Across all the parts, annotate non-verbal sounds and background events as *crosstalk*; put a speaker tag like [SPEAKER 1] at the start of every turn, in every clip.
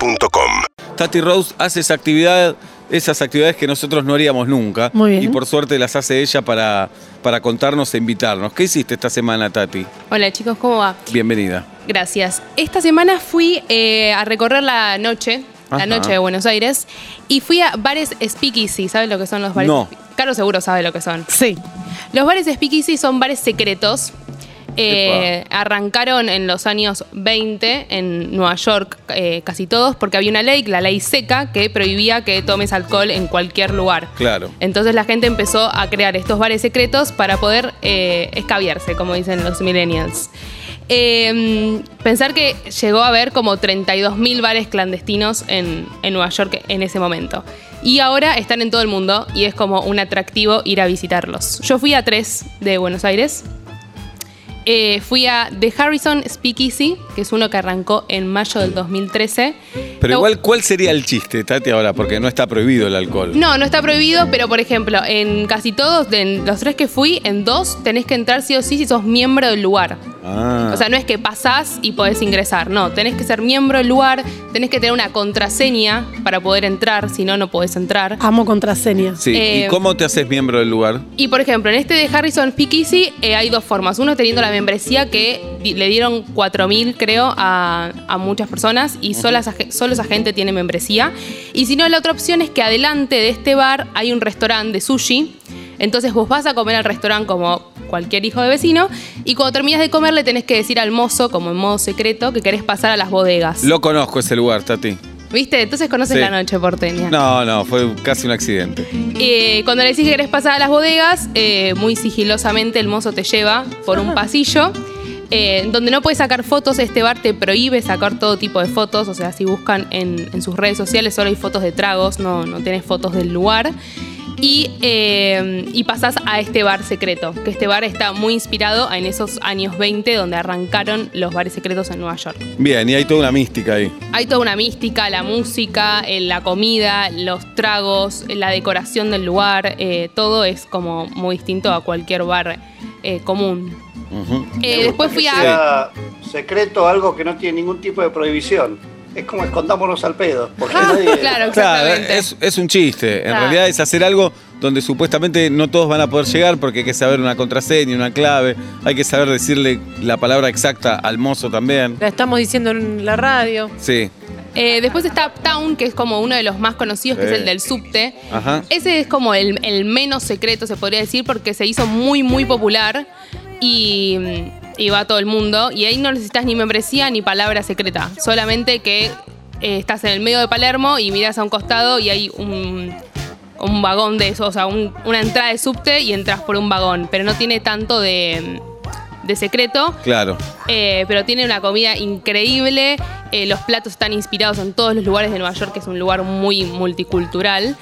[SPEAKER 1] UrbanaPlayFM.com
[SPEAKER 2] Tati Rose hace esa actividad, esas actividades que nosotros no haríamos nunca.
[SPEAKER 3] Muy bien.
[SPEAKER 2] Y por suerte las hace ella para, para contarnos e invitarnos. ¿Qué hiciste esta semana, Tati?
[SPEAKER 4] Hola chicos, ¿cómo va?
[SPEAKER 2] Bienvenida.
[SPEAKER 4] Gracias. Esta semana fui eh, a recorrer la noche,
[SPEAKER 2] Ajá.
[SPEAKER 4] la noche de Buenos Aires, y fui a bares speakeasy. ¿Sabes lo que son los bares?
[SPEAKER 2] No.
[SPEAKER 4] Carlos seguro sabe lo que son.
[SPEAKER 3] Sí.
[SPEAKER 4] Los bares speakeasy son bares secretos. Eh, arrancaron en los años 20 en Nueva York, eh, casi todos, porque había una ley, la ley seca, que prohibía que tomes alcohol en cualquier lugar.
[SPEAKER 2] Claro.
[SPEAKER 4] Entonces la gente empezó a crear estos bares secretos para poder eh, escabiarse, como dicen los millennials. Eh, pensar que llegó a haber como 32.000 bares clandestinos en, en Nueva York en ese momento. Y ahora están en todo el mundo y es como un atractivo ir a visitarlos. Yo fui a tres de Buenos Aires. Eh, fui a The Harrison Speakeasy, que es uno que arrancó en mayo del 2013.
[SPEAKER 2] Pero
[SPEAKER 4] Lo-
[SPEAKER 2] igual, ¿cuál sería el chiste, Tati, ahora? Porque no está prohibido el alcohol.
[SPEAKER 4] No, no está prohibido, pero por ejemplo, en casi todos, de en los tres que fui, en dos tenés que entrar sí o sí si sos miembro del lugar.
[SPEAKER 2] Ah.
[SPEAKER 4] O sea, no es que pasás y podés ingresar, no, tenés que ser miembro del lugar, tenés que tener una contraseña para poder entrar, si no, no podés entrar.
[SPEAKER 3] Amo contraseñas.
[SPEAKER 2] sí. ¿Y
[SPEAKER 4] eh,
[SPEAKER 2] cómo te haces miembro del lugar?
[SPEAKER 4] Y por ejemplo, en este de Harrison Speakeasy eh, hay dos formas. Uno teniendo la membresía que di- le dieron 4.000 creo a, a muchas personas y solo, esa, ge- solo esa gente tiene membresía. Y si no, la otra opción es que adelante de este bar hay un restaurante de sushi. Entonces vos vas a comer al restaurante como cualquier hijo de vecino y cuando terminas de comer le tenés que decir al mozo, como en modo secreto, que querés pasar a las bodegas.
[SPEAKER 2] Lo conozco ese lugar, Tati.
[SPEAKER 4] ¿Viste? Entonces conoces
[SPEAKER 2] Sí.
[SPEAKER 4] la noche porteña.
[SPEAKER 2] No, no, fue casi un accidente.
[SPEAKER 4] Eh, cuando le decís que querés pasar a las bodegas, eh, muy sigilosamente el mozo te lleva por un pasillo. eh, donde no puedes sacar fotos, este bar te prohíbe sacar todo tipo de fotos. O sea, si buscan en, en sus redes sociales, solo hay fotos de tragos, no, no tenés fotos del lugar. Y, eh, y pasás a este bar secreto, que este bar está muy inspirado en esos años 20 donde arrancaron los bares secretos en Nueva York.
[SPEAKER 2] Bien, y hay toda una mística ahí.
[SPEAKER 4] Hay toda una mística, la música, eh, la comida, los tragos, eh, la decoración del lugar, eh, todo es como muy distinto a cualquier bar eh, común.
[SPEAKER 2] Ujú.
[SPEAKER 4] Eh,
[SPEAKER 5] Me
[SPEAKER 4] después
[SPEAKER 5] gusta
[SPEAKER 4] fui
[SPEAKER 5] que
[SPEAKER 4] a...
[SPEAKER 5] sea secreto algo que no tiene ningún tipo de prohibición. Es como escondámonos al pedo. Porque nadie-
[SPEAKER 4] Ah, Claro,
[SPEAKER 2] Claro,
[SPEAKER 4] exactamente.
[SPEAKER 2] es, es un chiste. En
[SPEAKER 4] Claro.
[SPEAKER 2] realidad es hacer algo donde supuestamente no todos van a poder llegar porque hay que saber una contraseña, una clave, hay que saber decirle la palabra exacta al mozo también.
[SPEAKER 6] La estamos diciendo en la radio.
[SPEAKER 2] Sí.
[SPEAKER 4] Eh, después está Uptown, que es como uno de los más conocidos, que
[SPEAKER 2] Sí.
[SPEAKER 4] es el del subte.
[SPEAKER 2] Ajá.
[SPEAKER 4] Ese es como el, el menos secreto, se podría decir, porque se hizo muy, muy popular y, y va a todo el mundo. Y ahí no necesitas ni membresía ni palabra secreta, solamente que eh, estás en el medio de Palermo y miras a un costado y hay un, un vagón de eso, o sea, un- una entrada de subte y entras por un vagón, pero no tiene tanto de, de secreto.
[SPEAKER 2] Claro.
[SPEAKER 4] Eh, pero tiene una comida increíble. eh, los platos están inspirados en todos los lugares de Nueva York, que es un lugar muy multicultural.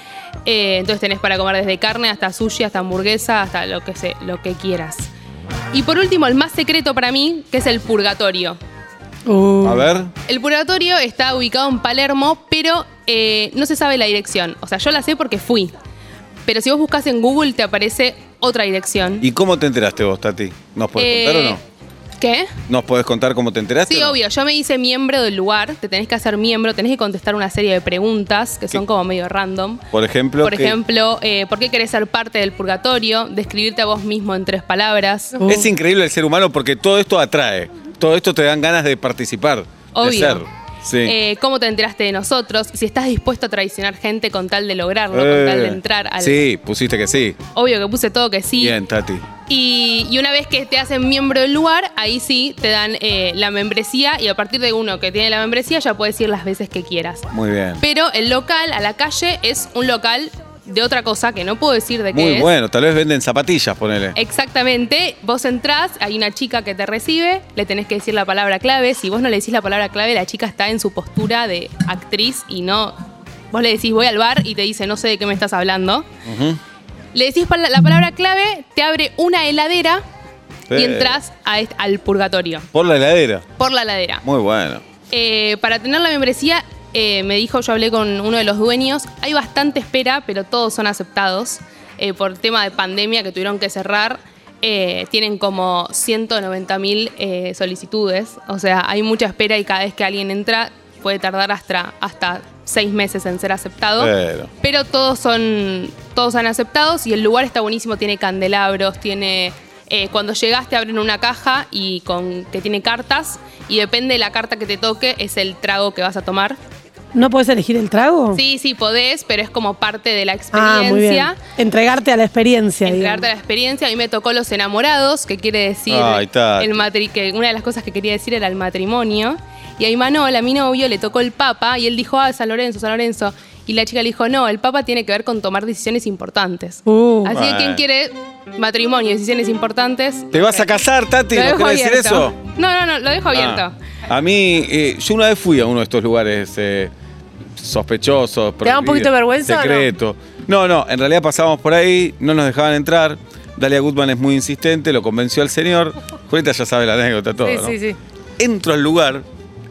[SPEAKER 4] Eh, entonces tenés para comer desde carne hasta sushi, hasta hamburguesa, hasta lo que, se, lo que quieras. Y por último, el más secreto para mí, que es el purgatorio.
[SPEAKER 3] Uh.
[SPEAKER 2] A ver.
[SPEAKER 4] El purgatorio está ubicado en Palermo, pero eh, no se sabe la dirección. O sea, yo la sé porque fui. Pero si vos buscas en Google te aparece otra dirección.
[SPEAKER 2] ¿Y cómo te enteraste vos, Tati? ¿Nos podés contar o
[SPEAKER 4] Eh,
[SPEAKER 2] no?
[SPEAKER 4] ¿Qué?
[SPEAKER 2] ¿Nos podés contar cómo te enteraste?
[SPEAKER 4] Sí,
[SPEAKER 2] o no?
[SPEAKER 4] obvio. Yo me hice miembro del lugar. Te tenés que hacer miembro. Tenés que contestar una serie de preguntas que son como medio random.
[SPEAKER 2] Por ejemplo.
[SPEAKER 4] Por
[SPEAKER 2] ¿qué?
[SPEAKER 4] ejemplo, eh, ¿por qué querés ser parte del purgatorio? Describirte a vos mismo en tres palabras.
[SPEAKER 3] Oh.
[SPEAKER 2] Es increíble el ser humano porque todo esto atrae. Todo esto te dan ganas de participar. De
[SPEAKER 4] Obvio.
[SPEAKER 2] ser. Sí.
[SPEAKER 4] Eh, ¿Cómo te enteraste de nosotros? Si estás dispuesto a traicionar gente con tal de lograrlo, con tal de
[SPEAKER 2] Eh,
[SPEAKER 4] entrar al...
[SPEAKER 2] Sí, pusiste que sí.
[SPEAKER 4] Obvio que puse todo que sí.
[SPEAKER 2] Bien, Tati.
[SPEAKER 4] Y, y una vez que te hacen miembro del lugar, ahí sí te dan eh, la membresía y a partir de uno que tiene la membresía ya puedes ir las veces que quieras.
[SPEAKER 2] Muy bien.
[SPEAKER 4] Pero el local a la calle es un local de otra cosa que no puedo decir de qué
[SPEAKER 2] Muy
[SPEAKER 4] es. Eh.
[SPEAKER 2] bueno, tal vez venden zapatillas, ponele.
[SPEAKER 4] Exactamente, vos entrás, hay una chica que te recibe, le tenés que decir la palabra clave. Si vos no le decís la palabra clave, la chica está en su postura de actriz y no. Vos le decís voy al bar y te dice no sé de qué me estás hablando.
[SPEAKER 2] Ujú.
[SPEAKER 4] Le decís pala- la palabra clave, te abre una heladera y
[SPEAKER 2] Sí.
[SPEAKER 4] entras a est- al purgatorio
[SPEAKER 2] Por la heladera.
[SPEAKER 4] por la heladera.
[SPEAKER 2] Muy bueno.
[SPEAKER 4] Eh, para tener la membresía, eh, me dijo, yo hablé con uno de los dueños, hay bastante espera, pero todos son aceptados. Eh, por tema de pandemia que tuvieron que cerrar, eh, tienen como 190 mil eh, solicitudes. O sea, hay mucha espera y cada vez que alguien entra puede tardar hasta, hasta seis meses en ser aceptado.
[SPEAKER 2] Pero.
[SPEAKER 4] Pero todos son. Todos han aceptados y el lugar está buenísimo. Tiene candelabros, tiene. eh, cuando llegas te abren una caja y con, que tiene cartas y depende de la carta que te toque es el trago que vas a tomar.
[SPEAKER 3] ¿No puedes elegir el trago?
[SPEAKER 4] Sí, sí podés, pero es como parte de la
[SPEAKER 3] Ah, muy bien.
[SPEAKER 4] experiencia.
[SPEAKER 3] Entregarte a la experiencia.
[SPEAKER 4] Entregarte a la
[SPEAKER 3] digamos.
[SPEAKER 4] experiencia. A mí me tocó los enamorados, que quiere decir
[SPEAKER 2] Ay, Tati.
[SPEAKER 4] el matri que una de las cosas que quería decir era el matrimonio. Y a Imanol, a mi novio, le tocó el Papa y él dijo, ah, San Lorenzo, San Lorenzo. Y la chica le dijo, no, el Papa tiene que ver con tomar decisiones importantes.
[SPEAKER 3] Uh,
[SPEAKER 4] Así que
[SPEAKER 2] Bueno.
[SPEAKER 4] quien quiere matrimonio, decisiones importantes.
[SPEAKER 2] ¿Te vas a casar, Tati?
[SPEAKER 4] Lo
[SPEAKER 2] ¿No
[SPEAKER 4] dejo
[SPEAKER 2] querés decir
[SPEAKER 4] abierto.
[SPEAKER 2] eso?
[SPEAKER 4] No, no, no, lo dejo abierto.
[SPEAKER 2] Ah. A mí, eh, yo una vez fui a uno de estos lugares eh, sospechosos.
[SPEAKER 6] ¿Te da
[SPEAKER 2] prohibidos,
[SPEAKER 6] un poquito de vergüenza o no?
[SPEAKER 2] Secreto. No? no, en realidad pasábamos por ahí, no nos dejaban entrar. Dalia Gutman es muy insistente, lo convenció al señor. Julieta ya sabe la anécdota, todo.
[SPEAKER 6] sí,
[SPEAKER 2] ¿no?
[SPEAKER 6] sí, sí.
[SPEAKER 2] Entro al lugar,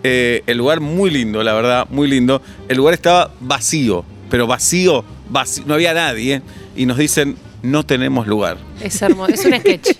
[SPEAKER 2] eh, el lugar muy lindo, la verdad, muy lindo. El lugar estaba vacío, pero vacío, vacío, no había nadie. eh, Y nos dicen, no tenemos lugar.
[SPEAKER 6] Es hermoso. Es un sketch.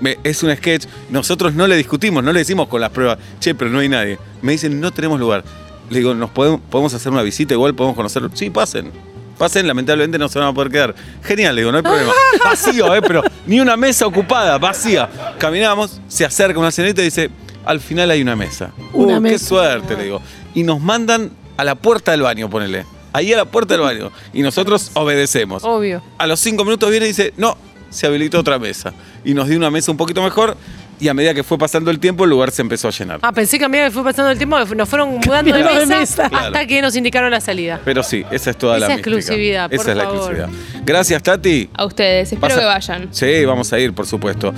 [SPEAKER 2] Me- es un sketch. Nosotros no le discutimos, no le decimos con las pruebas, che, pero no hay nadie. Me dicen, no tenemos lugar. Le digo, ¿nos podemos, podemos hacer una visita? Igual podemos conocerlo. Sí, pasen. Pasen, lamentablemente no se van a poder quedar. Genial, le digo, no hay
[SPEAKER 3] *laughs*
[SPEAKER 2] problema. Vacío, ¿eh? Pero ni una mesa ocupada, vacía. Caminábamos, se acerca una señorita y dice, al final hay una mesa.
[SPEAKER 3] Una
[SPEAKER 2] "Uh, ¡Qué
[SPEAKER 3] mesa.
[SPEAKER 2] suerte! Le digo. Y nos mandan a la puerta del baño, ponele. Ahí a la puerta del baño. Y nosotros obedecemos.
[SPEAKER 6] Obvio.
[SPEAKER 2] A los cinco minutos viene y dice, no, se habilitó otra mesa. Y nos dio una mesa un poquito mejor y a medida que fue pasando el tiempo el lugar se empezó a llenar.
[SPEAKER 6] Ah, pensé que a medida que fue pasando el tiempo nos fueron mudando de
[SPEAKER 3] Cambiando de
[SPEAKER 6] mesa,
[SPEAKER 3] mesa.
[SPEAKER 6] hasta
[SPEAKER 2] Claro.
[SPEAKER 6] que nos indicaron la salida.
[SPEAKER 2] Pero sí, esa es toda
[SPEAKER 6] Esa
[SPEAKER 2] la mística.
[SPEAKER 6] exclusividad, por
[SPEAKER 2] Esa es la
[SPEAKER 6] favor.
[SPEAKER 2] exclusividad. Gracias, Tati.
[SPEAKER 4] *laughs* A ustedes, espero
[SPEAKER 2] Pasa-
[SPEAKER 4] que vayan.
[SPEAKER 2] Sí, vamos a ir, por supuesto.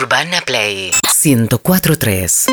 [SPEAKER 1] Urbana Play 1043